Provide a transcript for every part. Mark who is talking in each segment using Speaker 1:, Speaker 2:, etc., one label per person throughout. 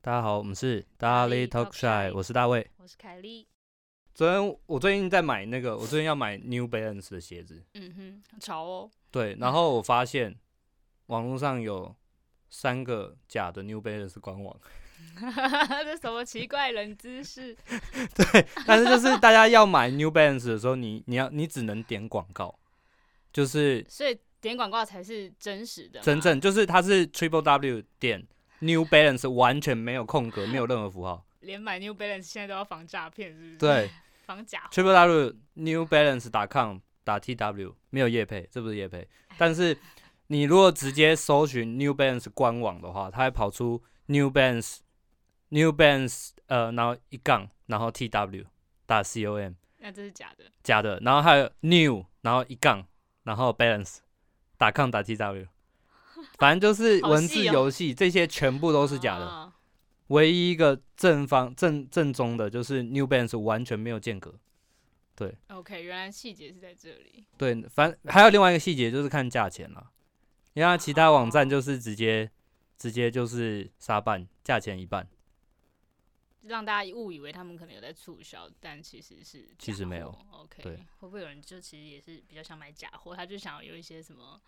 Speaker 1: 大家好，我们是大力 Talk Shy，我是大卫。
Speaker 2: 我是凯莉。
Speaker 1: 昨天我最近在买那个，我最近要买 New Balance 的鞋子，
Speaker 2: 嗯哼，潮哦。
Speaker 1: 对，然后我发现网络上有三个假的 New Balance 官网，
Speaker 2: 这什么奇怪冷知识？
Speaker 1: 对，但是就是大家要买 New Balance 的时候，你你要你只能点广告，就是啊
Speaker 2: 所以点广告才是真实的吗，
Speaker 1: 真正就是它是 Triple W 点 New Balance 完全没有空格，没有任何符号，
Speaker 2: 连买 New Balance 现在都要防诈骗，是不是？，
Speaker 1: 对。
Speaker 2: 防假货。
Speaker 1: Triple W New Balance 打 com 打 T W 没有业配，这不是业配，但是你如果直接搜寻 New Balance 官网的话，它会跑出 New Balance New Balance 呃，然后一杠，然后 T W 打 C O M
Speaker 2: 那这是假的，
Speaker 1: 假的，然后还有 New 然后一杠，然后 Balance 打 com 打 T W，反正就是
Speaker 2: 好
Speaker 1: 文字
Speaker 2: 细哦
Speaker 1: 游戏，这些全部都是假的。
Speaker 2: 啊
Speaker 1: 唯一一个正方正正宗的就是 New Balance 完全没有间隔。
Speaker 2: OK，原来细节是在这里。
Speaker 1: 对，反还有另外一个细节就是看价钱了，因为它其他网站就是直接直接就是杀半，价钱一半，
Speaker 2: 让大家误以为他们可能有在促销，但其实是
Speaker 1: 其
Speaker 2: 假
Speaker 1: 实没有
Speaker 2: 货。OK，
Speaker 1: 对
Speaker 2: 会不会有人就其实也是比较想买假货，他就想有一些什么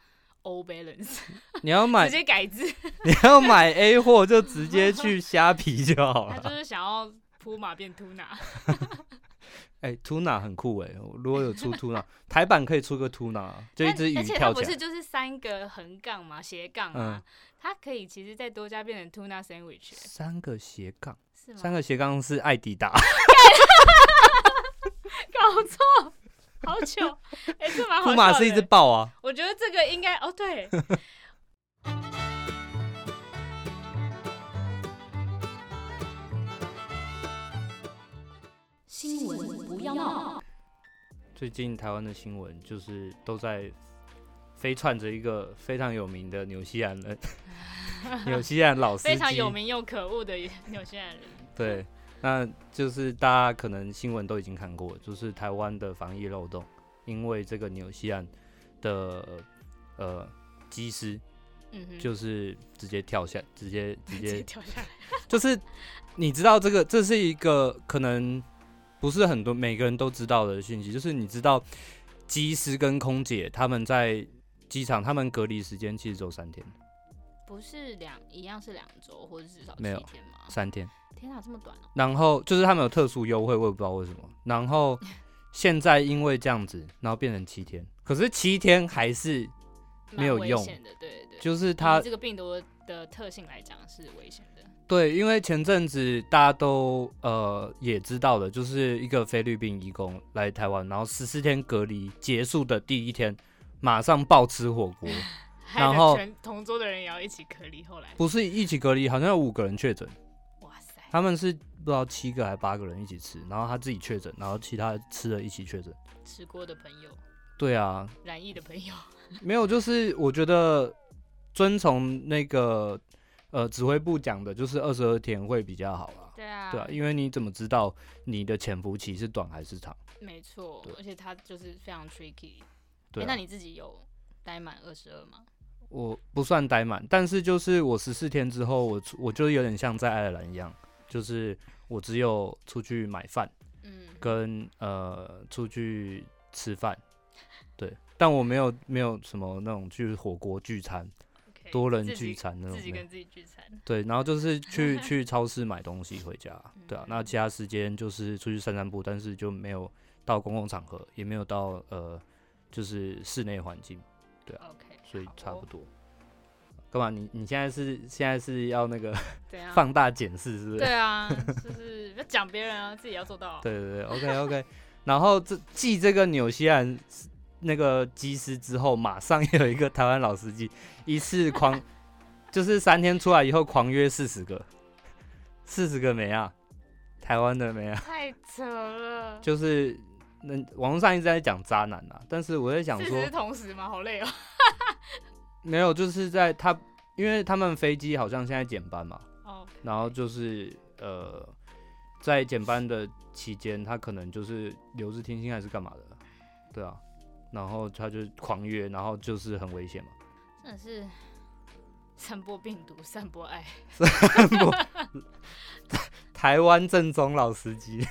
Speaker 2: O balance，
Speaker 1: 你要买
Speaker 2: 直接改字，
Speaker 1: 你要买 A 货就直接去虾皮就好
Speaker 2: 他就
Speaker 1: 了。
Speaker 2: 是想要铺马变突哪。
Speaker 1: 哎、t u n a 很酷哎、如果有出 Tuna，台版可以出个 Tuna，就一啊
Speaker 2: 但
Speaker 1: 只鱼
Speaker 2: 而且它
Speaker 1: 跳
Speaker 2: 不
Speaker 1: 起
Speaker 2: 是
Speaker 1: 来。嗯
Speaker 2: 就是三个横杠嘛，斜杠嘛，它可以其实再多加变成 tuna sandwich，欸
Speaker 1: 三个斜杠，
Speaker 2: 是吗？
Speaker 1: 三个斜杠是艾 迪达，
Speaker 2: 搞错，好糗，哎、这蛮 好
Speaker 1: 库
Speaker 2: 笑
Speaker 1: 马
Speaker 2: 的。
Speaker 1: 是一只豹啊。
Speaker 2: 我觉得这个应该哦，对。 新闻不要闹，
Speaker 1: 最近台湾的新闻就是都在飞窜着一个非常有名的纽西兰 人，纽西兰老司机，
Speaker 2: 非常有。名又可恶的 纽西兰人。
Speaker 1: 对，那就是大家可能新闻都已经看过，就是台湾的防疫漏洞，因为这个纽西兰的呃机师
Speaker 2: 嗯哼，
Speaker 1: 就是直接跳下，直接直
Speaker 2: 直接
Speaker 1: 接
Speaker 2: 跳下来。
Speaker 1: 就是你知道这个，这是一个可能不是很多每个人都知道的讯息，就是你知道机师跟空姐他们在机场，他们隔离时间其实只有三天，
Speaker 2: 不是两一样是两周，或者至少
Speaker 1: 没有
Speaker 2: 七天吗？
Speaker 1: 三天。
Speaker 2: 天哪，这么短哦！
Speaker 1: 然后就是他们有特殊优惠，我也不知道为什么。然后现在因为这样子，然后变成七天，可是七天还是没有
Speaker 2: 蛮危
Speaker 1: 用
Speaker 2: 险的，对对。
Speaker 1: 就是
Speaker 2: 以
Speaker 1: 他
Speaker 2: 这个病毒的特性来讲是危险的。
Speaker 1: 对，因为前阵子大家都呃也知道的，就是一个菲律宾移工来台湾，然后十四天隔离结束的第一天，马上暴吃火 锅，然
Speaker 2: 害得
Speaker 1: 后
Speaker 2: 全同桌的人也要一起隔离，后来
Speaker 1: 不是一起隔离，好像有五个人确诊，
Speaker 2: 哇塞，
Speaker 1: 他们是不知道七个还八个人一起吃，然后他自己确诊，然后其他吃的一起确诊。
Speaker 2: 吃锅的朋友，
Speaker 1: 对啊，
Speaker 2: 染疫的朋 友，
Speaker 1: 没有，就是我觉得遵从那个呃指挥部讲的，就是二十二天会比较好啦。
Speaker 2: 对啊
Speaker 1: 对啊，因为你怎么知道你的潜伏期是短还是长？
Speaker 2: 没错
Speaker 1: 对，
Speaker 2: 而且他就是非常 tricky。
Speaker 1: 对、
Speaker 2: 诶
Speaker 1: 啊
Speaker 2: 那你自己有待满二十二吗？
Speaker 1: 我不算呆满，但是就是我十四天之后，我出我就有点像在爱尔兰一样，就是我只有出去买饭
Speaker 2: 嗯，
Speaker 1: 跟呃出去吃饭，对，但我没有没有什么那种去火锅聚餐、
Speaker 2: OK，
Speaker 1: 多人
Speaker 2: 自己
Speaker 1: 聚餐那种
Speaker 2: 自己
Speaker 1: 没有
Speaker 2: 跟自己聚餐，
Speaker 1: 对，然后就是 去去超市买东西回家，对啊，那
Speaker 2: 嗯
Speaker 1: 其他时间就是出去散散步，但是就没有到公共场合，也没有到呃就是室内环境，
Speaker 2: OK，
Speaker 1: 啊所以
Speaker 2: 好
Speaker 1: 差不
Speaker 2: 哦
Speaker 1: 多。干嘛？你你现在是现在是要那个
Speaker 2: 对 啊，
Speaker 1: 放大检视是不是？
Speaker 2: 对啊，就是 不要讲别人啊，自己要做到。
Speaker 1: 对对对，OK OK。然 后这继这个纽西兰那个机师之后，马上又有一个台湾老司机一次 狂，就是三天出来以后狂约四十个，四十个没啊，台湾的没啊，
Speaker 2: 太扯了，
Speaker 1: 就是那网络上一直在讲渣男啊，但是我在想
Speaker 2: 事
Speaker 1: 说
Speaker 2: 实是同时吗？好累哦。
Speaker 1: 没有，就是在他因为他们飞机好像现在减班嘛，
Speaker 2: 哦，
Speaker 1: 然后就是呃，在减班的期间，他可能就是留着听心还是干嘛的，对啊，然后他就狂约，然后就是很危险嘛。
Speaker 2: 真的是散播病毒、散播爱，
Speaker 1: 台湾正宗老司机。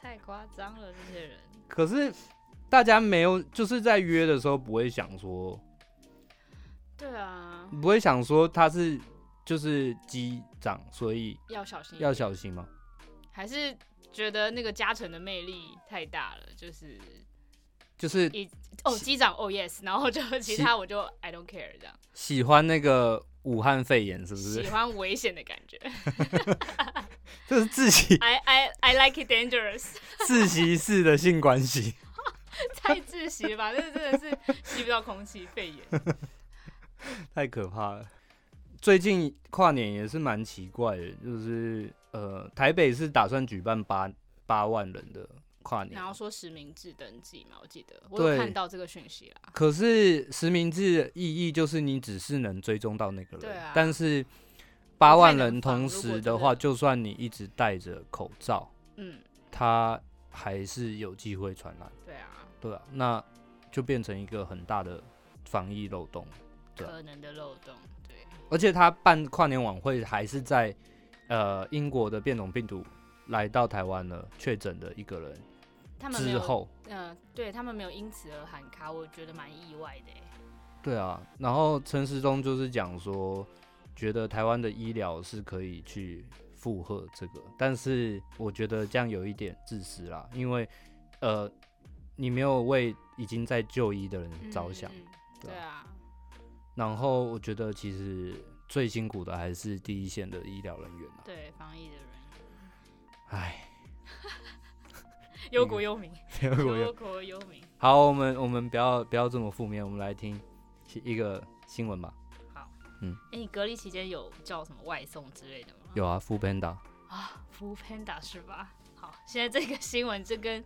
Speaker 2: 太夸张了，这些人。
Speaker 1: 可是大家没有，就是在约的时候不会想说，
Speaker 2: 对啊，
Speaker 1: 不会想说他是就是机长，所以
Speaker 2: 要小心一点，
Speaker 1: 要小心吗？
Speaker 2: 还是觉得那个嘉诚的魅力太大了，就是
Speaker 1: 就是
Speaker 2: 哦机长哦 yes，然后就其他我就 I don't care 这样，
Speaker 1: 喜欢那个武汉肺炎是不是
Speaker 2: 喜？欢危险的感觉
Speaker 1: 这是自习
Speaker 2: ，I I I like it dangerous，
Speaker 1: 自习式的性关系。
Speaker 2: 太窒息了吧，这真的是吸不到空气，肺 炎。
Speaker 1: 太可怕了。最近跨年也是蛮奇怪的，就是呃，台北是打算举办八八万人的跨年
Speaker 2: 然，后说实名制登记嘛，我记得我有
Speaker 1: 对
Speaker 2: 看到这个讯息啦。
Speaker 1: 可是实名制的意义就是你只是能追踪到那个
Speaker 2: 对
Speaker 1: 人，
Speaker 2: 啊
Speaker 1: 但是八万人
Speaker 2: 不太
Speaker 1: 同
Speaker 2: 能防如果
Speaker 1: 时
Speaker 2: 真
Speaker 1: 的
Speaker 2: 的
Speaker 1: 话，就算你一直戴着口罩，
Speaker 2: 嗯，
Speaker 1: 它还是有机会传染，
Speaker 2: 对啊，
Speaker 1: 对啊，那就变成一个很大的防疫漏洞。对啊
Speaker 2: 可能的漏洞，对，
Speaker 1: 而且他办跨年晚会还是在呃英国的变种病毒来到台湾了确诊的一个人
Speaker 2: 他们没
Speaker 1: 之
Speaker 2: 有
Speaker 1: 后，
Speaker 2: 嗯、对他们没有因此而喊卡，我觉得蛮意外的欸。
Speaker 1: 对啊，然后陈时中就是讲说，觉得台湾的医疗是可以去负荷这个，但是我觉得这样有一点自私啦，因为呃你没有为已经在就医的人着想，
Speaker 2: 嗯嗯嗯
Speaker 1: 对啊
Speaker 2: 对啊，
Speaker 1: 然后我觉得其实最辛苦的还是第一线的医疗人员啊，
Speaker 2: 对防疫的人，
Speaker 1: 唉，
Speaker 2: 忧国忧民，
Speaker 1: 结果又
Speaker 2: 忧国忧民。
Speaker 1: 好，我们我们不要不要这么负面，我们来听一个新闻吧。
Speaker 2: 哎、你隔离期间有叫什么外送之类的吗？
Speaker 1: 有啊，Food Panda，
Speaker 2: 啊，Food Panda 是吧？好，现在这个新闻就跟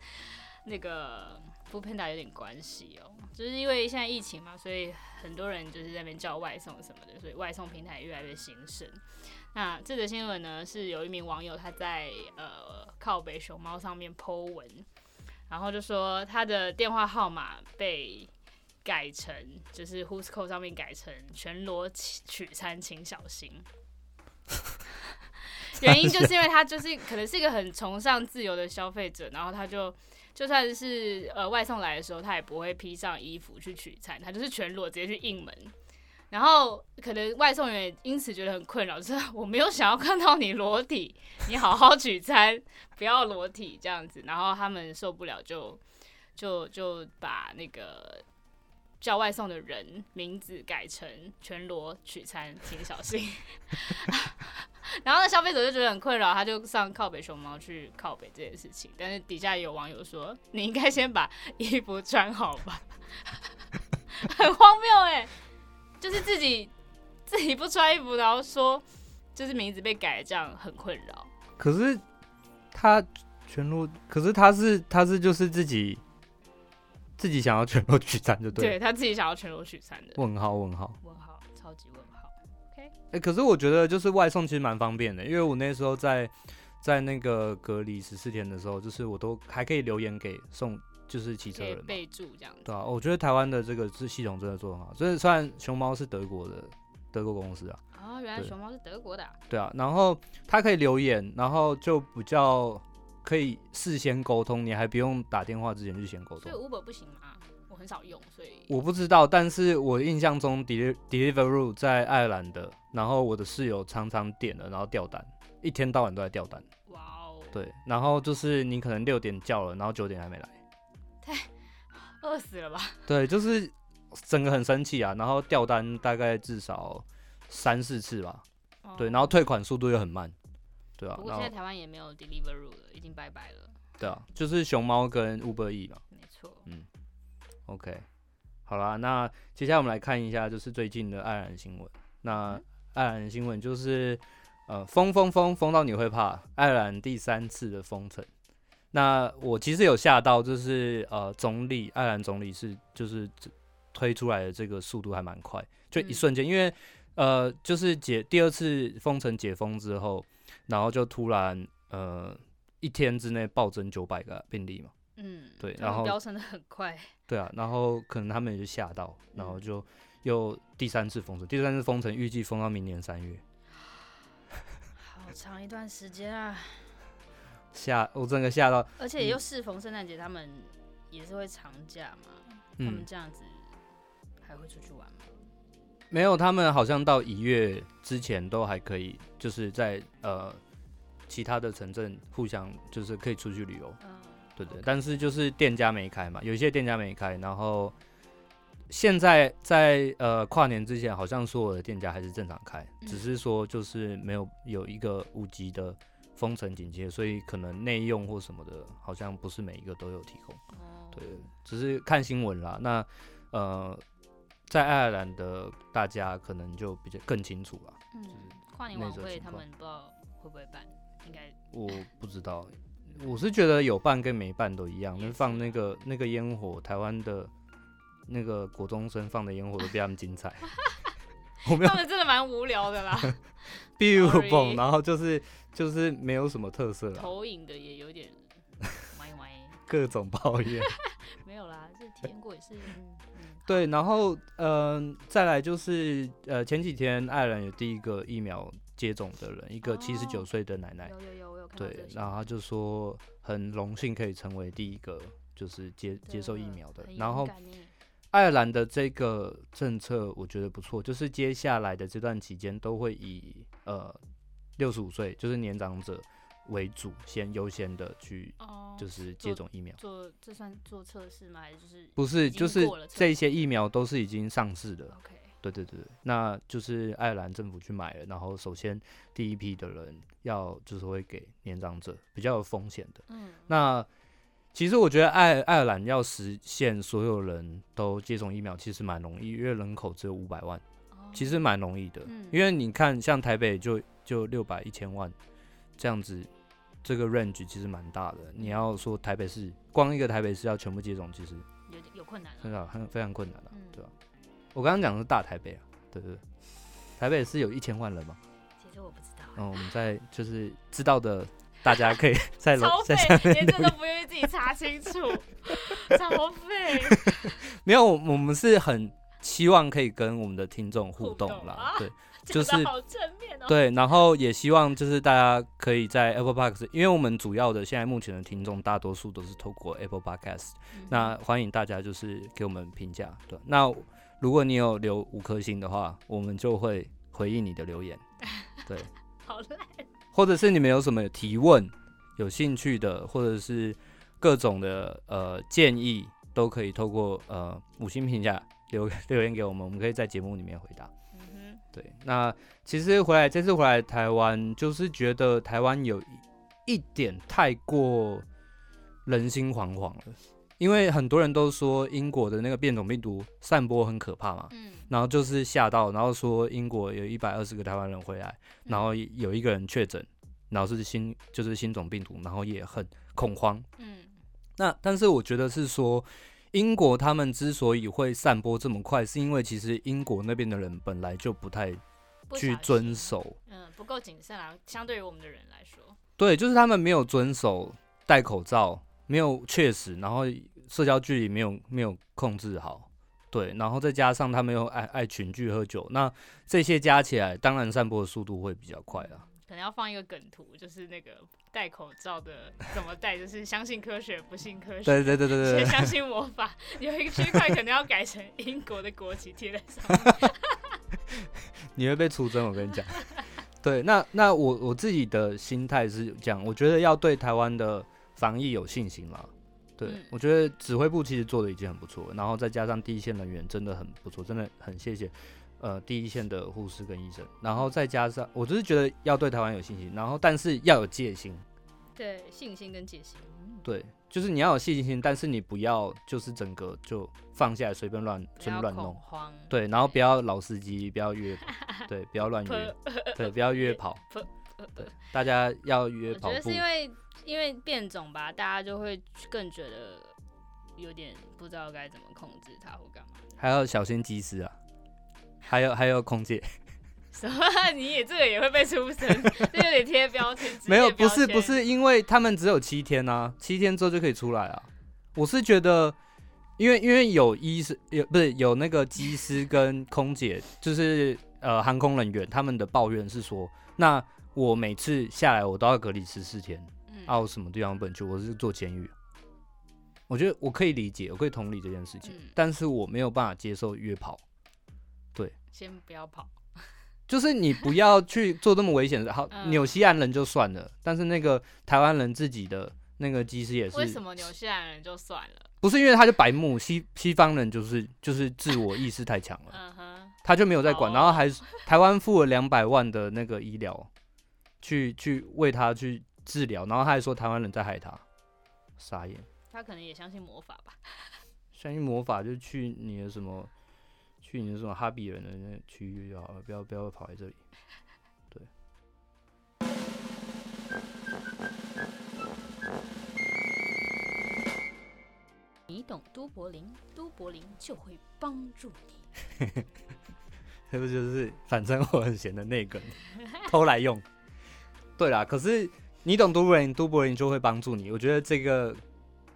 Speaker 2: 那个 Food Panda 有点关系哦，就是因为现在疫情嘛，所以很多人就是在那边叫外送什么的，所以外送平台越来越兴盛。那这则新闻呢，是有一名网友他在呃靠北熊猫上面 Po 文，然后就说他的电话号码被改成，就是 Who's Call 上面改成全裸取取餐，请小心。原因就是因为他就是可能是一个很崇尚自由的消费者，然后他就就算是呃外送来的时候，他也不会披上衣服去取餐，他就是全裸直接去应门。然后可能外送员也因此觉得很困扰，就是 我没有想要看到你裸体，你好好取餐，不要裸体这样子。然后他们受不了就就就把那个叫外送的人名字改成全裸取餐，请小心。然后呢，消费者就觉得很困扰，他就上靠北熊猫去靠北这件事情。但是底下也有网友说，你应该先把衣服穿好吧， 很荒谬哎、就是自己自己不穿衣服，然后说就是名字被改，这样很困扰。
Speaker 1: 可是他全裸，可是他是他是就是自己自己想要全裸取餐就对了。
Speaker 2: 对他自己想要全裸取餐的，
Speaker 1: 问号问号，
Speaker 2: 问号，超级问号。
Speaker 1: 哎、可是我觉得就是外送其实蛮方便的，因为我那时候在在那个隔离十四天的时候，就是我都还可以留言给送就是骑车
Speaker 2: 可以
Speaker 1: 人嘛，
Speaker 2: 备注这样子。
Speaker 1: 对啊，我觉得台湾的这个是系统真的做得很好，所以虽然熊猫是德国的德国公司啊，
Speaker 2: 哦，原来
Speaker 1: 对
Speaker 2: 熊猫是德国的、啊，
Speaker 1: 对啊，然后他可以留言，然后就比较可以事先沟通，你还不用打电话之前就先沟
Speaker 2: 所
Speaker 1: 通
Speaker 2: 以。Uber 不行吗？我很少用，所以
Speaker 1: 我不知道，但是我印象中 Deli- Deliveroo 在爱尔兰的，然后我的室友常常点了，然后掉单，一天到晚都在掉单。
Speaker 2: 哇哦，
Speaker 1: 对，然后就是你可能六点叫了，然后九点还没来。
Speaker 2: 饿死了吧？
Speaker 1: 对，就是整个很生气啊，然后掉单大概至少三四次吧。对，
Speaker 2: 哦
Speaker 1: 然后退款速度又很慢。对啊
Speaker 2: 不，过
Speaker 1: 然
Speaker 2: 现
Speaker 1: 后
Speaker 2: 在台湾也没有 Deliveroo 了，已经拜拜了。
Speaker 1: 对啊，就是熊猫跟 Uber E 嘛。
Speaker 2: 没错，
Speaker 1: OK，好啦，那接下来我们来看一下，就是最近的爱尔兰新闻。那爱尔兰新闻就是，呃，风风风风到你会怕，爱尔兰第三次的封城。那我其实有吓到，就是呃，总理爱尔兰总理是就是这推出来的这个速度还蛮快，就一
Speaker 2: 嗯
Speaker 1: 瞬间，因为呃，就是解第二次封城解封之后，然后就突然呃一天之内暴增九百个病例嘛。
Speaker 2: 嗯，
Speaker 1: 对
Speaker 2: 他
Speaker 1: 然
Speaker 2: 们
Speaker 1: 后
Speaker 2: 飙升的很快，
Speaker 1: 对啊，然后可能他们也就吓到，然
Speaker 2: 嗯
Speaker 1: 后就又第三次封城，第三次封城预计封到明年三月。
Speaker 2: 好长一段时间啊。
Speaker 1: 吓，我整个吓到，
Speaker 2: 而且又适逢圣诞节，他们也是会长假嘛，他
Speaker 1: 嗯
Speaker 2: 们，这样子还会出去玩吗？
Speaker 1: 没有，他们好像到一月之前都还可以，就是在呃其他的城镇互相就是可以出去旅游，
Speaker 2: 嗯，
Speaker 1: 对对，但是就是店家没开嘛，有一些店家没开，然后现在在呃跨年之前，好像所有的店家还是正常开，
Speaker 2: 嗯
Speaker 1: 只是说就是没有有一个五级的封城警戒，所以可能内用或什么的，好像不是每一个都有提供。
Speaker 2: 哦，
Speaker 1: 对，只是看新闻啦。那呃，在爱尔兰的大家可能就比较更清楚了，
Speaker 2: 嗯，跨年
Speaker 1: 那
Speaker 2: 晚
Speaker 1: 种
Speaker 2: 会
Speaker 1: 情
Speaker 2: 他
Speaker 1: 况
Speaker 2: 们不知道会不会办，应该
Speaker 1: 我不知道。我是觉得有办跟没办都一样，
Speaker 2: 也
Speaker 1: 那
Speaker 2: 是
Speaker 1: 放那个那个烟火，台湾的那个国中生放的烟火都比他们精 彩。我没有
Speaker 2: 他们真的蛮无聊的啦，
Speaker 1: b i
Speaker 2: sorry
Speaker 1: l 然后就是就是没有什么特色啦，
Speaker 2: 投影的也有点歪歪，
Speaker 1: 各种抱 怨。
Speaker 2: 没有啦，这体验过也是，嗯嗯，
Speaker 1: 对，然后嗯、再来就是呃前几天爱尔兰有第一个疫苗接种的人，一个
Speaker 2: 哦
Speaker 1: 七十九岁的奶奶，
Speaker 2: 有有有，我有看到这
Speaker 1: 对
Speaker 2: 个，新
Speaker 1: 然后他
Speaker 2: 闻
Speaker 1: 就说很荣幸可以成为第一个就是接接受疫苗的
Speaker 2: 很。
Speaker 1: 然
Speaker 2: 勇
Speaker 1: 后
Speaker 2: 敢欸耶
Speaker 1: 爱尔兰的这个政策我觉得不错，就是接下来的这段期间都会以呃六十五岁就是年长者为主，先优先的去
Speaker 2: 哦，
Speaker 1: 就是
Speaker 2: 做
Speaker 1: 接种疫苗。
Speaker 2: 做这算做测试吗？还是就是
Speaker 1: 不是，
Speaker 2: 已经
Speaker 1: 就是
Speaker 2: 过了测
Speaker 1: 这
Speaker 2: 试
Speaker 1: 些疫苗都是已经上市的，
Speaker 2: OK？
Speaker 1: 对对对，对那就是爱尔兰政府去买了，然后首先第一批的人要就是会给年长者比较有风险的。
Speaker 2: 嗯，
Speaker 1: 那其实我觉得爱爱尔兰要实现所有人都接种疫苗，其实蛮容易，因为人口只有五百万，
Speaker 2: 哦
Speaker 1: 其实蛮容易的。
Speaker 2: 嗯
Speaker 1: 因为你看，像台北就就六百一千万这样子，这个 range 其实蛮大的。
Speaker 2: 嗯
Speaker 1: 你要说台北市，光一个台北市要全部接种，其实
Speaker 2: 有点有困难
Speaker 1: 非
Speaker 2: 了。
Speaker 1: 常很非常困难的、
Speaker 2: 嗯
Speaker 1: 对吧、我刚刚讲的是大台北啊，对对对，台北是有一千万人嘛，
Speaker 2: 其实我不知道
Speaker 1: 然后我 们在就是知道的，大家可以 在楼
Speaker 2: 超
Speaker 1: 在
Speaker 2: 费
Speaker 1: 下，
Speaker 2: 连这都不愿意自己查清 楚，超费。
Speaker 1: 没有，我我们是很希望可以跟我们的听众互
Speaker 2: 互
Speaker 1: 动
Speaker 2: 动
Speaker 1: 啦，
Speaker 2: 啊
Speaker 1: 对
Speaker 2: 讲
Speaker 1: 就
Speaker 2: 得
Speaker 1: 是
Speaker 2: 好正面哦。
Speaker 1: 对，然后也希望就是大家可以在 Apple Podcast，因为我们主要的现在目前的听众大多数都是透过 Apple Podcast，
Speaker 2: 嗯，
Speaker 1: 那欢迎大家就是给我们评价，对，那如果你有留五颗星的话，我们就会回应你的留言，对。
Speaker 2: 好烂，
Speaker 1: 或者是你们有什么提问、有兴趣的，或者是各种的呃建议，都可以透过呃五星评价留 留言给我们，我们可以在节目里面回答。
Speaker 2: 嗯
Speaker 1: 对，那其实回来这次回来台湾，就是觉得台湾有一一点太过人心惶惶了，因为很多人都说英国的那个变种病毒散播很可怕嘛，
Speaker 2: 哼，嗯，
Speaker 1: 然后就是吓到，然后说英国有一百二十个台湾人回来，
Speaker 2: 嗯
Speaker 1: 然后有一个人确诊，然后是新就是新种病毒，然后也很恐慌。
Speaker 2: 嗯，
Speaker 1: 那但是我觉得是说，英国他们之所以会散播这么快，是因为其实英国那边的人本来就不太
Speaker 2: 不
Speaker 1: 去
Speaker 2: 小
Speaker 1: 遵
Speaker 2: 心，
Speaker 1: 守，
Speaker 2: 嗯，不够谨慎啊，相对于我们的人来说，
Speaker 1: 对，就是他们没有遵守戴口罩，没有确实，然后社交距离没有没有控制好，对，然后再加上他们又爱爱群聚喝酒，那这些加起来，当然散播的速度会比较快啊。
Speaker 2: 可能要放一个梗图，就是那个戴口罩的怎么戴，就是相信科学，不信科学。
Speaker 1: 对对对对对对，
Speaker 2: 先相信魔法， 有一个区块可能要改成英国的国旗贴在上面。
Speaker 1: 你会被出征，我跟你讲。 对，那那我我自己的心态是这样，我觉得要对台湾的防疫有信心啦。对，
Speaker 2: 嗯
Speaker 1: 我觉得指挥部其实做的已经很不错，然后再加上第一线人员真的很不错，真的很谢谢呃第一线的护士跟医生，然后再加上我就是觉得要对台湾有信心，然后但是要有戒心，
Speaker 2: 对，信心跟戒心。嗯
Speaker 1: 对，就是你要有信心，但是你不要就是整个就放下来随便乱
Speaker 2: 不
Speaker 1: 随便
Speaker 2: 要
Speaker 1: 乱
Speaker 2: 恐
Speaker 1: 弄，
Speaker 2: 慌。
Speaker 1: 对，然后不要老司机，不要约，对，不要乱 约，对，不要约跑，
Speaker 2: 呃，
Speaker 1: 对，大家要约
Speaker 2: 我
Speaker 1: 跑
Speaker 2: 觉得
Speaker 1: 步
Speaker 2: 是。因为因为变种吧，大家就会更觉得有点不知道该怎么控制它或干嘛。
Speaker 1: 还要小心机师啊，还有还有空姐，
Speaker 2: 什么？你也这个也会被出声， 这有点贴标签。职业
Speaker 1: 没有，不
Speaker 2: 标
Speaker 1: 是
Speaker 2: 签
Speaker 1: 不，是，因为他们只有七天啊，七天之后就可以出来啊。我是觉得，因为因为有医师有不是有那个机师跟空姐，就是呃航空人员，他们的抱怨是说，那我每次下来我都要隔离十四天，
Speaker 2: 嗯嗯
Speaker 1: 啊，我什么地方不能去？我是做监狱。我觉得我可以理解，我可以同理这件事情，
Speaker 2: 嗯
Speaker 1: 但是我没有办法接受约炮。
Speaker 2: 先不要跑，
Speaker 1: 就是你不要去做这么危险的事。好，
Speaker 2: 嗯
Speaker 1: 纽西兰人就算了，但是那个台湾人自己的那个机师也是，
Speaker 2: 为什么纽西兰人就算了？
Speaker 1: 不是因为他就白目，西西方人就是就是自我意识太强了，
Speaker 2: 嗯哼，
Speaker 1: 他就没有在管，
Speaker 2: 哦
Speaker 1: 然后还是台湾付了两百万的那个医疗，去去为他去治疗，然后他还说台湾人在害他，傻眼，
Speaker 2: 他可能也相信魔法吧。
Speaker 1: 相信魔法就去你的什么，去你的什么哈比人的那区域就好了，不要不要跑来 这里。对。
Speaker 2: 你懂都柏林，都柏林就会帮助你。
Speaker 1: 这不就是反正我很闲的那 个偷来用？对啦，可是你懂都柏林，都柏林就会帮助你。我觉得这个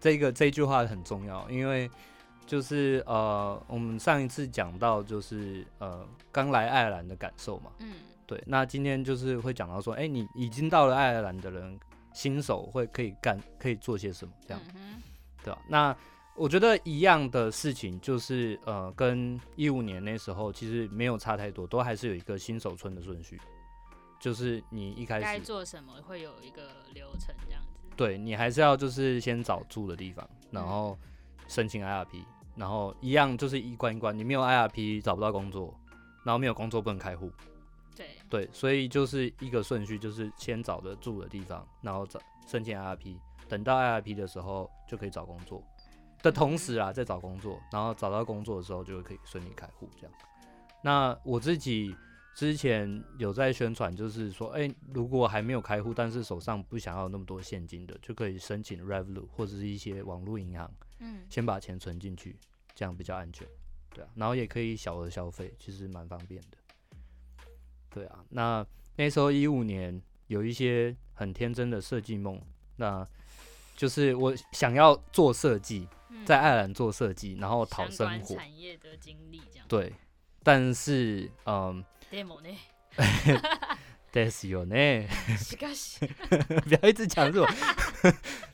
Speaker 1: 这个这句话很重要，因为就是呃，我们上一次讲到就是呃刚来爱尔兰的感受嘛，
Speaker 2: 嗯
Speaker 1: 对，那今天就是会讲到说，哎、你已经到了爱尔兰的人，新手会可以干可以做些什么这样。
Speaker 2: 嗯哼，
Speaker 1: 对啊，那我觉得一样的事情就是，呃，跟一五年那时候其实没有差太多，都还是有一个新手村的顺序，就是你一开
Speaker 2: 该
Speaker 1: 始
Speaker 2: 做什么会有一个流程这样子。
Speaker 1: 对你还是要就是先找住的地方，
Speaker 2: 嗯
Speaker 1: 然后申请 IRP，然后一样就是一关一关，你没有 IRP 找不到工作，然后没有工作不能开户，
Speaker 2: 对，
Speaker 1: 对，所以就是一个顺序，就是先找的住的地方，然后找申请 IRP，等到 IRP 的时候就可以找工作的同时啊，再找工作，然后找到工作的时候就可以顺利开户这样。那我自己之前有在宣传，就是说，哎、如果还没有开户，但是手上不想要有那么多现金的，就可以申请 Revolut 或者是一些网络银行，
Speaker 2: 嗯
Speaker 1: 先把钱存进去，这样比较安全，对啊，然后也可以小额消费，其实蛮方便的，对啊。那那时候一五年有一些很天真的设计梦，那就是我想要做设计，
Speaker 2: 嗯
Speaker 1: 在爱尔兰做设计，然后讨
Speaker 2: 相
Speaker 1: 生
Speaker 2: 关
Speaker 1: 活，
Speaker 2: 产业的经历这样。
Speaker 1: 对。但是，嗯
Speaker 2: demo 呢？
Speaker 1: ，that's your name，
Speaker 2: 是个是，
Speaker 1: 不要一直讲这种。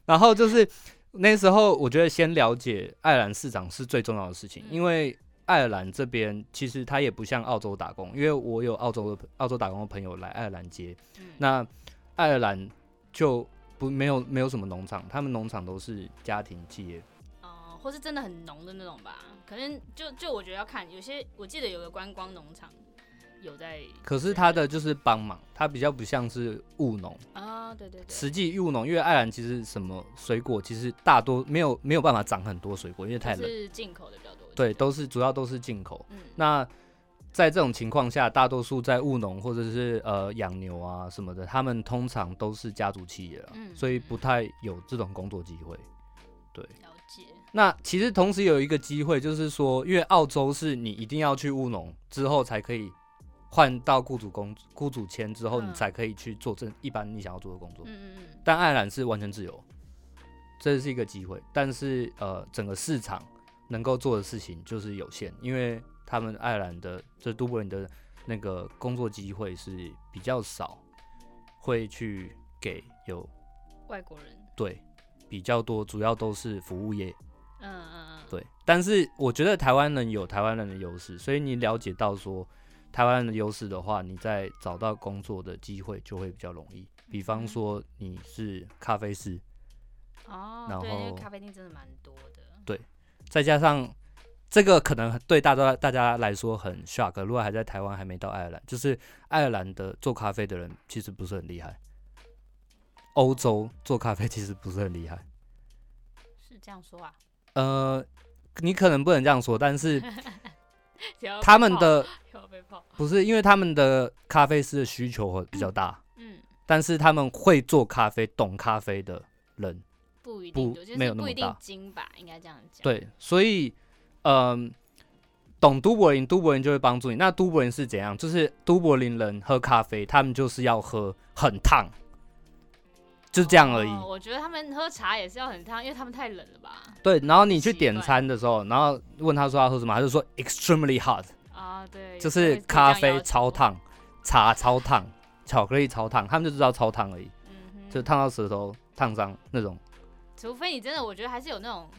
Speaker 1: 然后就是那时候，我觉得先了解爱尔兰市场是最重要的事情，
Speaker 2: 嗯
Speaker 1: 因为爱尔兰这边其实它也不像澳洲打工，因为我有澳洲的澳洲打工的朋友来爱尔兰接，
Speaker 2: 嗯
Speaker 1: 那爱尔兰就不没有没有什么农场，他们农场都是家庭企业，
Speaker 2: 哦，或是真的很浓的那种吧，可能就就我觉得要看，有些我记得有个观光农场有在
Speaker 1: 可是它的就是帮忙，它比较不像是务农，
Speaker 2: 啊、对对对，
Speaker 1: 实际务农，因为爱尔兰其实什么水果其实大多没有没有办法长很多水果，因为太
Speaker 2: 就
Speaker 1: 冷，
Speaker 2: 是进口的比较多，我记
Speaker 1: 对，
Speaker 2: 得
Speaker 1: 都是主要都是进口。
Speaker 2: 嗯
Speaker 1: 那在这种情况下，大多数在务农或者是呃养牛啊什么的，他们通常都是家族企业了，
Speaker 2: 嗯
Speaker 1: 所以不太有这种工作机会。
Speaker 2: 了解，
Speaker 1: 那其实同时有一个机会，就是说，因为澳洲是你一定要去务农之后才可以换到雇主工雇主签之后，
Speaker 2: 嗯
Speaker 1: 你才可以去做正一般你想要做的工作。
Speaker 2: 嗯嗯嗯，
Speaker 1: 但爱尔兰是完全自由，这是一个机会，但是呃，整个市场能够做的事情就是有限，因为他们爱尔兰的这都柏林的那个工作机会是比较少，会去给有
Speaker 2: 外国人，
Speaker 1: 对比较多，主要都是服务业
Speaker 2: 嗯嗯嗯，
Speaker 1: 对，但是我觉得台湾人有台湾人的优势，所以你了解到说台湾人的优势的话，你在找到工作的机会就会比较容易。比方说你是咖啡师，
Speaker 2: 哦
Speaker 1: 然，
Speaker 2: 对，因为
Speaker 1: 后
Speaker 2: 咖啡厅真的蛮多的，
Speaker 1: 再加上这个可能对大家大家来说很 shock，如果还在台湾还没到爱尔兰，就是爱尔兰的做咖啡的人其实不是很厉害，欧洲做咖啡其实不是很厉害。
Speaker 2: 是这样说啊，
Speaker 1: 呃，你可能不能这样说，但是
Speaker 2: 要被
Speaker 1: 他们
Speaker 2: 泡
Speaker 1: 的
Speaker 2: 要被泡，
Speaker 1: 不是因为他们的咖啡师的需求会比较大，
Speaker 2: 嗯，
Speaker 1: 但是他们会做咖啡、懂咖啡的人
Speaker 2: 不一定
Speaker 1: 不
Speaker 2: 有，就
Speaker 1: 没有那
Speaker 2: 是不
Speaker 1: 么
Speaker 2: 一定
Speaker 1: 大
Speaker 2: 精吧，应该这样讲，，
Speaker 1: 对，所以，嗯、懂都柏林，都柏林就会帮助你。那都柏林是怎样？就是都柏林人喝咖啡，他们就是要喝很烫，就是这样而已。
Speaker 2: 哦我觉得他们喝茶也是要很烫，因为他们太冷了吧，
Speaker 1: 对，然后你去
Speaker 2: 习
Speaker 1: 点
Speaker 2: 惯
Speaker 1: 餐的时候，然后问他说要喝什么，他就说 extremely hot，
Speaker 2: 啊，对，
Speaker 1: 就
Speaker 2: 有些
Speaker 1: 是
Speaker 2: 会
Speaker 1: 咖
Speaker 2: 这样
Speaker 1: 啡
Speaker 2: 要
Speaker 1: 超
Speaker 2: 求，
Speaker 1: 烫，茶超烫，巧克力超烫，他们就知道超烫而已，
Speaker 2: 嗯哼，
Speaker 1: 就烫到舌头烫伤那种。
Speaker 2: 除非你真的，我觉得还是有那种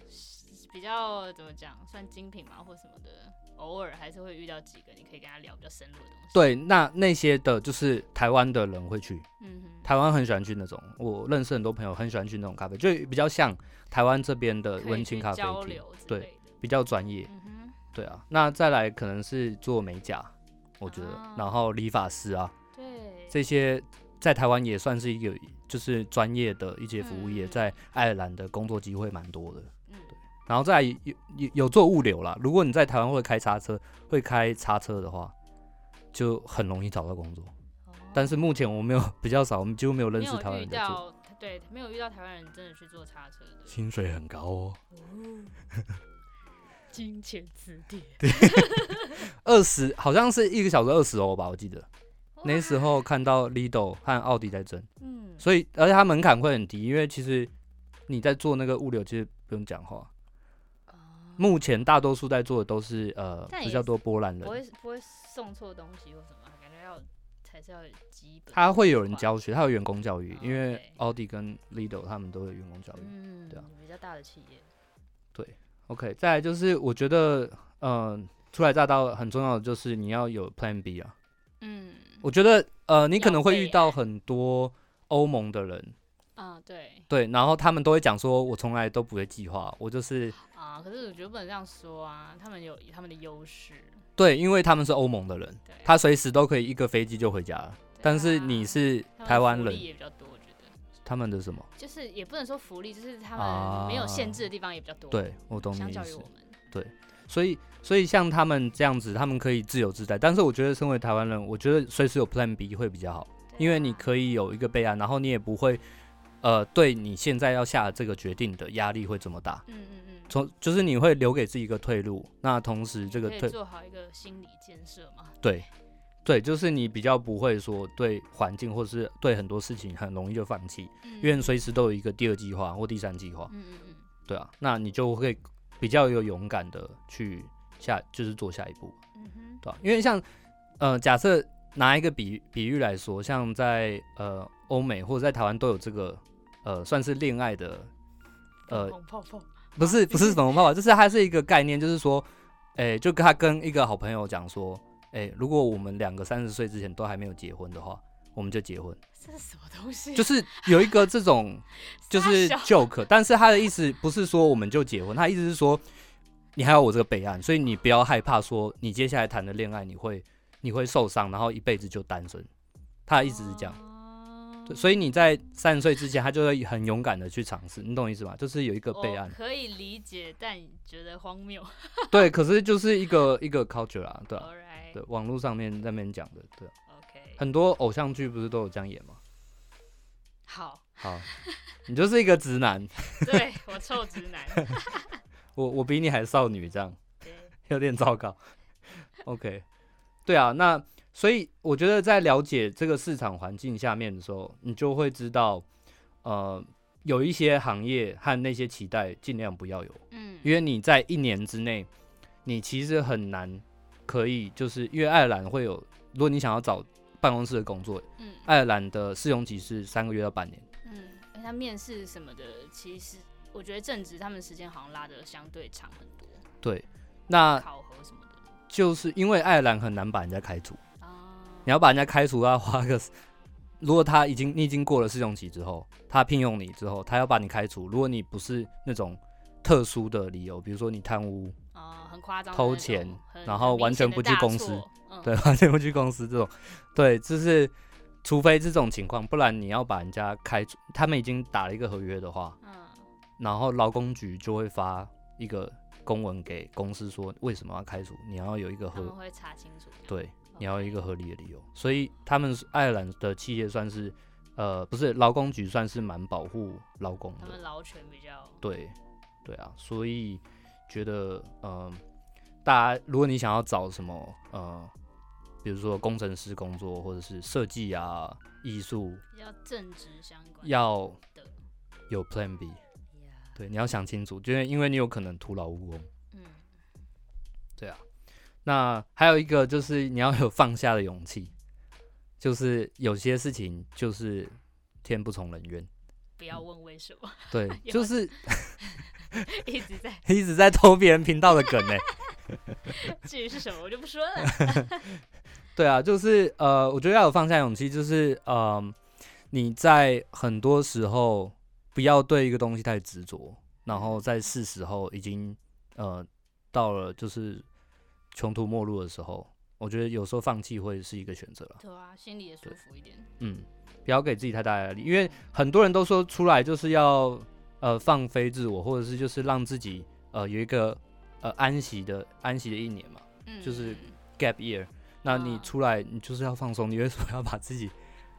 Speaker 2: 比较怎么讲，算精品嘛或什么的，偶尔还是会遇到几个你可以跟他聊比较深入的东西。，
Speaker 1: 对，那那些的就是台湾的人会去，
Speaker 2: 嗯哼，
Speaker 1: 台湾很喜欢去那种，我认识很多朋友很喜欢去那种咖啡，就比较像台湾这边的
Speaker 2: 可以
Speaker 1: 文青
Speaker 2: 去
Speaker 1: 呃咖啡
Speaker 2: 交
Speaker 1: 厅，
Speaker 2: 流之
Speaker 1: 对
Speaker 2: 类的。
Speaker 1: 比较专业。
Speaker 2: 嗯哼，
Speaker 1: 对啊，那再来可能是做美甲，我觉得，
Speaker 2: 啊
Speaker 1: 然后理发师啊
Speaker 2: 对，
Speaker 1: 这些，在台湾也算是一个就是专业的一些服务业，
Speaker 2: 嗯嗯
Speaker 1: 在爱尔兰的工作机会蛮多的。
Speaker 2: 嗯，
Speaker 1: 然后再来有有有做物流啦，如果你在台湾会开叉车，会开叉车的话，就很容易找到工作。
Speaker 2: 哦
Speaker 1: 但是目前我没有比较少，我们几乎没有认
Speaker 2: 没
Speaker 1: 识
Speaker 2: 有
Speaker 1: 台湾
Speaker 2: 遇
Speaker 1: 人在做，
Speaker 2: 到，对，没有遇到台湾人真的去做叉车的。
Speaker 1: 薪水很高哦，
Speaker 2: 金钱词典，
Speaker 1: 二十好像是一个小时二十欧吧，我记得那时
Speaker 2: 哇，
Speaker 1: 候看到 Lido 和奥迪在争。
Speaker 2: 嗯，
Speaker 1: 所以而且它门槛会很低，因为其实你在做那个物流，其实不用讲话。
Speaker 2: 哦
Speaker 1: 目前大多数在做的都是呃
Speaker 2: 但也
Speaker 1: 比较多波兰
Speaker 2: 不
Speaker 1: 人，
Speaker 2: 会不会送错东西或什么，感觉要才是要有基本。
Speaker 1: 他会有人，教学，他有员工教育
Speaker 2: 哦，
Speaker 1: 因为
Speaker 2: 对
Speaker 1: 奥迪跟 Lido 他们都有员工教育。
Speaker 2: 嗯，
Speaker 1: 对啊，
Speaker 2: 比较大的企业，
Speaker 1: OK，再来就是我觉得呃初来乍到很重要的就是你要有 Plan B 啊。
Speaker 2: 嗯，
Speaker 1: 我觉得呃你
Speaker 2: 要
Speaker 1: 可能会
Speaker 2: 备
Speaker 1: 遇到
Speaker 2: 案
Speaker 1: 很多欧盟的人，
Speaker 2: 啊，对
Speaker 1: 对，然后他们都会讲说，我从来都不会计划，我就是
Speaker 2: 啊，可是我觉得不能这样说啊，他们有他们的优势，
Speaker 1: 对，因为他们是欧盟的人。
Speaker 2: 对，啊
Speaker 1: 他随时都可以一个飞机就回家了。
Speaker 2: 对
Speaker 1: 但是
Speaker 2: 啊
Speaker 1: 你是
Speaker 2: 他们
Speaker 1: 台湾
Speaker 2: 福利
Speaker 1: 人，
Speaker 2: 也比较多，我觉得
Speaker 1: 他们的什么？
Speaker 2: 就是也不能说福利，就是他
Speaker 1: 啊
Speaker 2: 们没有限制的地方也比较多，，
Speaker 1: 对我懂
Speaker 2: 相
Speaker 1: 你
Speaker 2: 较
Speaker 1: 意
Speaker 2: 于
Speaker 1: 思
Speaker 2: 我。们，啊
Speaker 1: 所以，所以像他们这样子，他们可以自由自在。但是我觉得，身为台湾人，我觉得随时有 Plan B 会比较好，
Speaker 2: 对
Speaker 1: 因为你
Speaker 2: 啊
Speaker 1: 可以有一个备案，然后你也不会，呃，对你现在要下的这个决定的压力会这么大。
Speaker 2: 嗯嗯嗯，
Speaker 1: 从就是你会留给自己一个退路，那同时这个
Speaker 2: 可以
Speaker 1: 退
Speaker 2: 做好一个心理建设嘛，
Speaker 1: 对，对，就是你比较不会说对环境或是对很多事情很容易就放弃。
Speaker 2: 嗯
Speaker 1: 因为随时都有一个第二计划或第三计划，
Speaker 2: 嗯嗯嗯
Speaker 1: 对啊，那你就会比较有勇敢的去下，就是做下一步，
Speaker 2: 嗯哼，
Speaker 1: 对啊吧、因为像呃，假设拿一个比比喻来说，像在呃欧美或者在台湾都有这个呃，算是恋爱的，呃
Speaker 2: 粉红泡泡，
Speaker 1: 不是不是什么方法，就是它是一个概念，就是说，哎、就跟他跟一个好朋友讲说，哎、如果我们两个三十岁之前都还没有结婚的话，我们就结婚。
Speaker 2: 这是什么东西？
Speaker 1: 就是有一个这种就是
Speaker 2: 傻笑
Speaker 1: joke，但是他的意思不是说我们就结婚，他意思是说你还有我这个备案，所以你不要害怕说你接下来谈的恋爱你会你会受伤，然后一辈子就单身。他的意思是这样，
Speaker 2: 样
Speaker 1: 对所以你在三十岁之前，他就会很勇敢的去尝试，你懂我意思吗？就是有一个备案
Speaker 2: 我，哦可以理解，但觉得荒谬。
Speaker 1: 对，可是就是一个一个 culture 啊，对啊，
Speaker 2: All right，
Speaker 1: 对，网络上面那边讲的，对啊，
Speaker 2: ，OK，
Speaker 1: 很多偶像剧不是都有这样演吗？
Speaker 2: 好，
Speaker 1: 好，你就是一个直男，
Speaker 2: 对我臭直男，
Speaker 1: 我我比你还少女这样。
Speaker 2: 对，
Speaker 1: 有点糟糕。OK，对啊，那所以我觉得在了解这个市场环境下面的时候，你就会知道，呃，有一些行业和那些期待尽量不要有，
Speaker 2: 嗯，
Speaker 1: 因为你在一年之内，你其实很难可以，就是因为爱尔兰会有，如果你想要找办公室的工作，
Speaker 2: 嗯
Speaker 1: 爱尔兰的试用期是三个月到半年。
Speaker 2: 嗯，而且他面试什么的，其实我觉得正职他们时间好像拉的相对长很多，
Speaker 1: 对，那
Speaker 2: 考核什么的
Speaker 1: 就是因为爱尔兰很难把人家开除。
Speaker 2: 啊，
Speaker 1: 你要把人家开除，要花个， 如果他已经你已经过了试用期之后，他聘用你之后，他要把你开除。如果你不是那种特殊的理由，比如说你贪污，
Speaker 2: 啊，很夸张的那种，
Speaker 1: 偷钱
Speaker 2: 很
Speaker 1: 然后完全不去公，
Speaker 2: 很
Speaker 1: 司
Speaker 2: 明显的大错嗯，
Speaker 1: 对，完全不去公司这种，对，就是除非这种情况，不然你要把人家开除，他们已经打了一个合约的话，
Speaker 2: 嗯，
Speaker 1: 然后劳工局就会发一个公文给公司说为什么要开除，你要有一个
Speaker 2: 他们
Speaker 1: 合，
Speaker 2: 会查清楚这样，
Speaker 1: 对，你要有一个
Speaker 2: 哦 OK
Speaker 1: 合理的理由。所以他们是爱尔兰的企业算是，呃，不是劳工局算是蛮保护劳工
Speaker 2: 他
Speaker 1: 的
Speaker 2: 们，劳权比较，
Speaker 1: 对，对啊，所以觉得，呃，大家如果你想要找什么，呃，比如说工程师工作或者是设计啊、艺术，
Speaker 2: 比较正职相关，
Speaker 1: 要
Speaker 2: 的
Speaker 1: 有 Plan B，
Speaker 2: 呀
Speaker 1: 对，你要想清楚，因为因为你有可能徒劳无功，
Speaker 2: 嗯，
Speaker 1: 对啊。那还有一个就是你要有放下的勇气，就是有些事情就是天不从人愿。
Speaker 2: 不要问为什么，
Speaker 1: 对，
Speaker 2: 有
Speaker 1: 就是
Speaker 2: 一直在
Speaker 1: 一直在偷别人频道的梗呢、
Speaker 2: 至于是什么我就不 说了。
Speaker 1: 对啊，就是呃，我觉得要有放下勇气，就是呃，你在很多时候不要对一个东西太执着，然后在是时候已经呃到了就是穷途末路的时候，我觉得有时候放弃会是一个选择啦。
Speaker 2: 对啊，心里也舒服一点。
Speaker 1: 嗯，不要给自己太大的压力，因为很多人都说出来就是要呃放飞自我，或者是就是让自己呃有一个呃安息的安息的一年嘛。
Speaker 2: 嗯，
Speaker 1: 就是gap year，那你
Speaker 2: 嗯
Speaker 1: 出来你就是要放松，你为什么要把自己？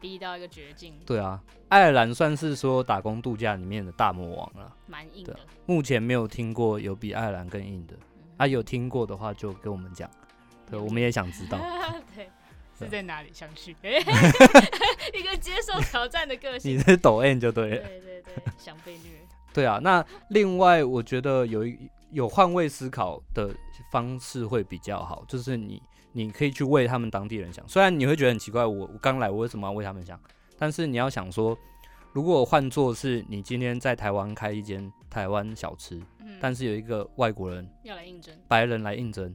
Speaker 2: 逼到一个绝境，
Speaker 1: 对啊，爱尔兰算是说打工度假里面的大魔王了，
Speaker 2: 蛮硬
Speaker 1: 对啊
Speaker 2: 的。
Speaker 1: 目前没有听过有比爱尔兰更硬的，啊，有听过的话就跟我们讲，对，我们也想知道。
Speaker 2: 对，
Speaker 1: 对
Speaker 2: 是在哪里想 去？ 一个接受挑战的个
Speaker 1: 你
Speaker 2: 性。
Speaker 1: 是抖 N 就对了，
Speaker 2: 对对对，想被虐。
Speaker 1: 对啊。那另外，我觉得有一有换位思考的方式会比较好，就是你你可以去为他们当地人想，虽然你会觉得很奇怪，我我刚来，我为什么要为他们想？但是你要想说，如果换作是你今天在台湾开一间台湾小吃，
Speaker 2: 嗯，
Speaker 1: 但是有一个外国人
Speaker 2: 要来应征，
Speaker 1: 白人来应征，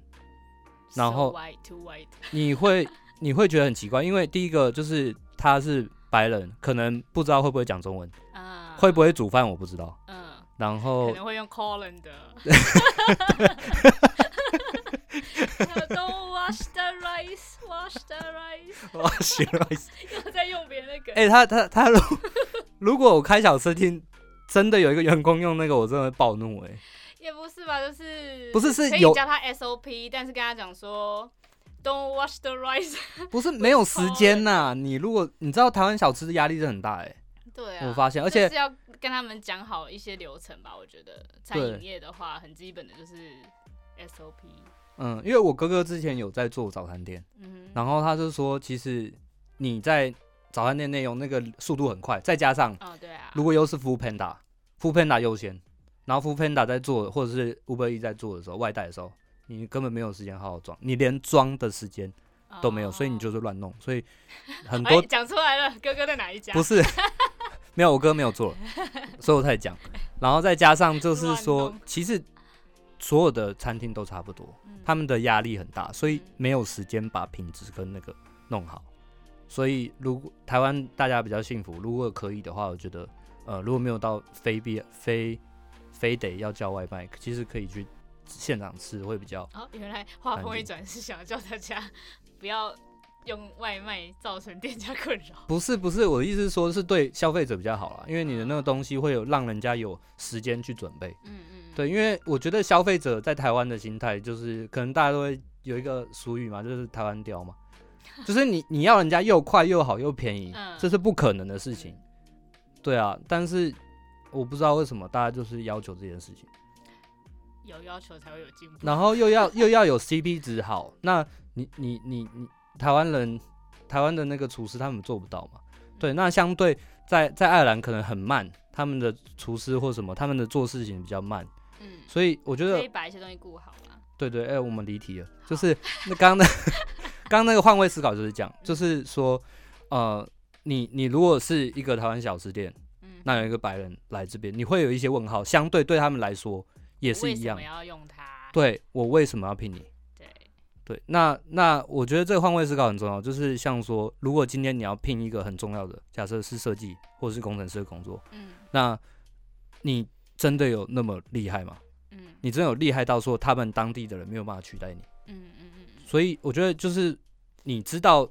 Speaker 1: 然后
Speaker 2: so、white to white，
Speaker 1: 你会 你会觉得很奇怪，因为第一个就是他是白人，可能不知道会不会讲中文，
Speaker 2: 啊，
Speaker 1: 会不会哦煮饭我不知道。
Speaker 2: 嗯，
Speaker 1: 然
Speaker 2: 可
Speaker 1: 后
Speaker 2: 能会用 Colin 的。Don't wash the rice, wash the rice，
Speaker 1: 我学哦了一次，
Speaker 2: 又在用别人的梗。
Speaker 1: 哎、他他他如如果我开小吃厅，真的有一个员工用那个，我真的会暴怒 哎、
Speaker 2: 也不是吧，就是
Speaker 1: 不是是
Speaker 2: 可以
Speaker 1: 有
Speaker 2: 教他 SOP，但是跟他讲说 Don't wash the rice。
Speaker 1: 不是没有时间呐、你如果你知道台湾小吃的压力是很大哎、
Speaker 2: 对啊，
Speaker 1: 我发现，而且
Speaker 2: 就是要跟他们讲好一些流程吧。我觉得餐
Speaker 1: 对
Speaker 2: 饮业的话，很基本的就是 SOP。
Speaker 1: 嗯，因为我哥哥之前有在做早餐店，
Speaker 2: 嗯哼，
Speaker 1: 然后他就说，其实你在早餐店内容那个速度很快，再加上
Speaker 2: 哦，对啊，
Speaker 1: 如果又是 Food Panda，Food Panda 优先，然后 Food Panda 在做或者是 Uber E 在做的时候，外带的时候，你根本没有时间好好装，你连装的时间都没有，所以你
Speaker 2: 哦
Speaker 1: 就是乱弄，所以很
Speaker 2: 哎
Speaker 1: 多
Speaker 2: 讲出来了，哥哥在哪一家？
Speaker 1: 不是 没有我哥没有做，所以我才讲，然后再加上就是
Speaker 2: 乱
Speaker 1: 说
Speaker 2: 弄，
Speaker 1: 其实所有的餐厅都差不多，
Speaker 2: 嗯
Speaker 1: 他们的压力很大，所以
Speaker 2: 嗯
Speaker 1: 没有时间把品质跟那个弄好。所以如果台湾大家比较幸福，如果可以的话，我觉得呃，如果没有到非必非非得要叫外卖，其实可以去现场吃会比较。
Speaker 2: 哦，原来话锋
Speaker 1: 干
Speaker 2: 一
Speaker 1: 净
Speaker 2: 转是想要叫大家 不要用外卖造成店家困扰。
Speaker 1: 不是不是，我的意思是说，是对消费者比较好啦，因为你的那个东西会有让人家有时间去准备。
Speaker 2: 嗯嗯，嗯，
Speaker 1: 对，因为我觉得消费者在台湾的心态就是，可能大家都会有一个俗语嘛，就是台湾雕 嘛，就是你你要人家又快又好又便宜，
Speaker 2: 嗯
Speaker 1: 这是不可能的事情。对啊，但是我不知道为什么大家就是要求这件事情，
Speaker 2: 有要求才会有进步。
Speaker 1: 然后又要又要有 CP 值好，那你你你你台湾人台湾的那个厨师他们做不到嘛？
Speaker 2: 嗯
Speaker 1: 对，那相对在在爱尔兰可能很慢，他们的厨师或什么他们的做事情比较慢，
Speaker 2: 嗯，
Speaker 1: 所以我觉得
Speaker 2: 可以把一些东西顾好嘛。
Speaker 1: 对对，哎、我们离题了，就是那刚刚的刚刚那个换位思考就是讲，就是说，呃，你你如果是一个台湾小吃店，
Speaker 2: 嗯，
Speaker 1: 那有一个白人来这边，你会有一些问号，相对对他们来说也是
Speaker 2: 为
Speaker 1: 一
Speaker 2: 什
Speaker 1: 样
Speaker 2: 么，要用它？
Speaker 1: 对我为什么要聘你？
Speaker 2: 对，
Speaker 1: 对，那那我觉得这个换位思考很重要，就是像说，如果今天你要聘一个很重要的，假设是设计或者是工程师的工作，
Speaker 2: 嗯
Speaker 1: 那你真的有那么厉害吗？
Speaker 2: 嗯
Speaker 1: 你真的有厉害到说他们当地的人没有办法取代你？
Speaker 2: 嗯嗯嗯嗯，
Speaker 1: 所以我觉得就是你知道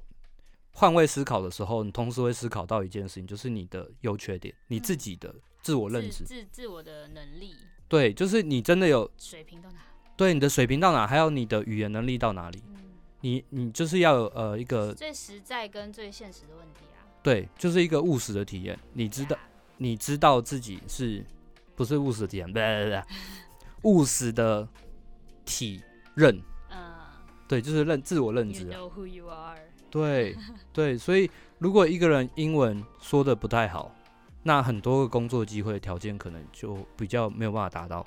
Speaker 1: 换位思考的时候，你同时会思考到一件事情，就是你的优缺点，你自己的自我认
Speaker 2: 自
Speaker 1: 知。
Speaker 2: 自自我的能力
Speaker 1: 对，就是你真的有
Speaker 2: 水平到哪？
Speaker 1: 对你的水平到哪，还有你的语言能力到哪里，
Speaker 2: 嗯，
Speaker 1: 你你就是要有呃一个
Speaker 2: 最实在跟最现实的问题啊。
Speaker 1: 对，就是一个务实的体验。你知道
Speaker 2: 对啊，
Speaker 1: 你知道自己是不是务实的体验？不不不不，务实的体认。
Speaker 2: 嗯
Speaker 1: 对，就是认自我认
Speaker 2: ，You
Speaker 1: 知啊。
Speaker 2: know who you are。
Speaker 1: 对对，所以如果一个人英文说的不太好，那很多个工作机会条件可能就比较没有办法达到，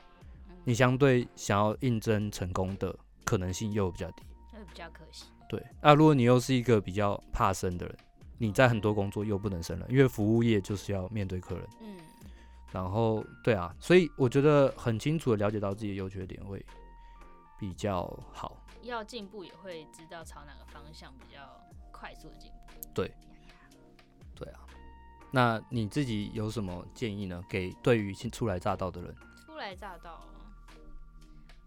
Speaker 1: 你相对想要应征成功的可能性又比较低。
Speaker 2: 会比较可惜。
Speaker 1: 对，那如果你又是一个比较怕生的人，你在很多工作又不能胜任，因为服务业就是要面对客人，
Speaker 2: 嗯，
Speaker 1: 然后对啊，所以我觉得很清楚的了解到自己的优缺点会比较好。
Speaker 2: 要进步也会知道朝哪个方向比较快速的进步。
Speaker 1: 对啊，那你自己有什么建议呢？给对于新初来乍到的人，
Speaker 2: 初来乍到哦，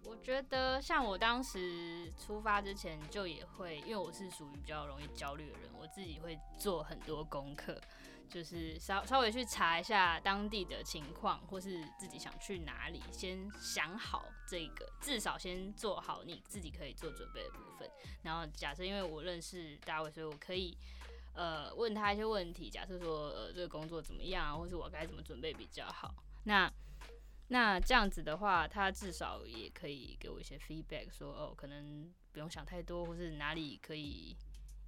Speaker 2: 我觉得像我当时出发之前就也会，因为我是属于比较容易焦虑的人，我自己会做很多功课，就是稍稍微去查一下当地的情况，或是自己想去哪里，先想好这个，至少先做好你自己可以做准备的部分。然后假设因为我认识大卫，所以我可以。呃，问他一些问题，假设说呃这个工作怎么样啊，或是我该怎么准备比较好。那那这样子的话，他至少也可以给我一些 feedback，说哦，可能不用想太多，或是哪里可以，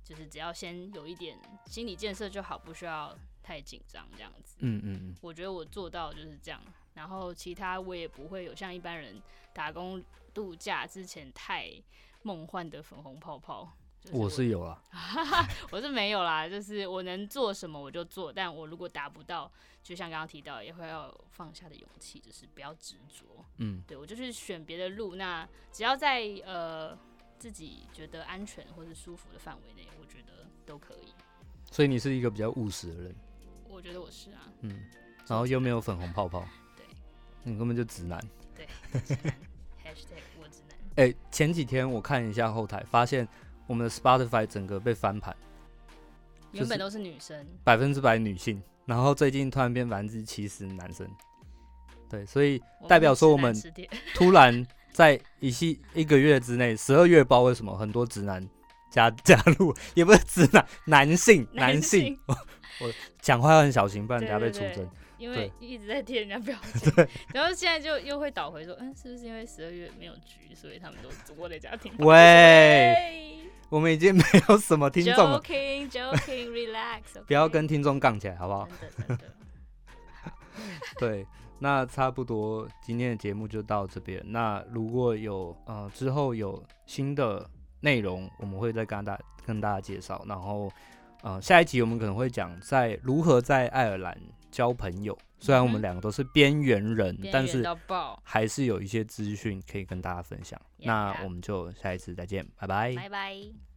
Speaker 2: 就是只要先有一点心理建设就好，不需要太紧张这样子。
Speaker 1: 嗯嗯嗯，
Speaker 2: 我觉得我做到就是这样，然后其他我也不会有像一般人打工度假之前太梦幻的粉红泡泡。就
Speaker 1: 我是有啊啦，
Speaker 2: 我是没有啦，就是我能做什么我就做，但我如果达不到，就像刚刚提到，也会要有放下的勇气，就是不要执着。
Speaker 1: 嗯
Speaker 2: 对我就去选别的路，那只要在呃自己觉得安全或是舒服的范围内，我觉得都可以。
Speaker 1: 所以你是一个比较务实的人，
Speaker 2: 我觉得我是啊，
Speaker 1: 嗯，然后又没有粉红泡泡，
Speaker 2: 对，
Speaker 1: 你根本就直男。
Speaker 2: 直男 hashtag 我直男，
Speaker 1: 哎、前几天我看一下后台，发现我们的 Spotify 整个被翻盘，就是
Speaker 2: 原本都是女生，
Speaker 1: 百分之百女性，然后最近突然变百分之七十男生，对，所以
Speaker 2: 我
Speaker 1: 代表说我们
Speaker 2: 是直男直
Speaker 1: 突然在一系一个月之内，十二月不知道为什么很多直男加加入， 也不是直男，男 性
Speaker 2: 男
Speaker 1: 男性
Speaker 2: 性
Speaker 1: 讲话要很小心，不然
Speaker 2: 对
Speaker 1: 等下被
Speaker 2: 对
Speaker 1: 出
Speaker 2: 对
Speaker 1: 征。
Speaker 2: 因为一直在贴人家 标签，然后现在就又会倒回说，嗯，是不是因为十二月没有局，所以他们都窝 在家庭？
Speaker 1: 喂，我们已经没有什哎么听众了，
Speaker 2: ，joking joking relax，
Speaker 1: 不要跟听众杠起来，好不好？
Speaker 2: 真的 真的，
Speaker 1: 对，那差不多今天的节目就到这边。那如果有呃之后有新的内容，我们会再跟大跟大家介绍。然后呃下一集我们可能会讲在如何在爱尔兰交朋友。虽然我
Speaker 2: 嗯哼
Speaker 1: 们两个都是边缘人，
Speaker 2: 边
Speaker 1: 但
Speaker 2: 缘
Speaker 1: 是
Speaker 2: 到爆，
Speaker 1: 还是有一些资讯可以跟大家分享。
Speaker 2: Yeah
Speaker 1: 那我们就下一次再见，拜拜。
Speaker 2: 拜拜。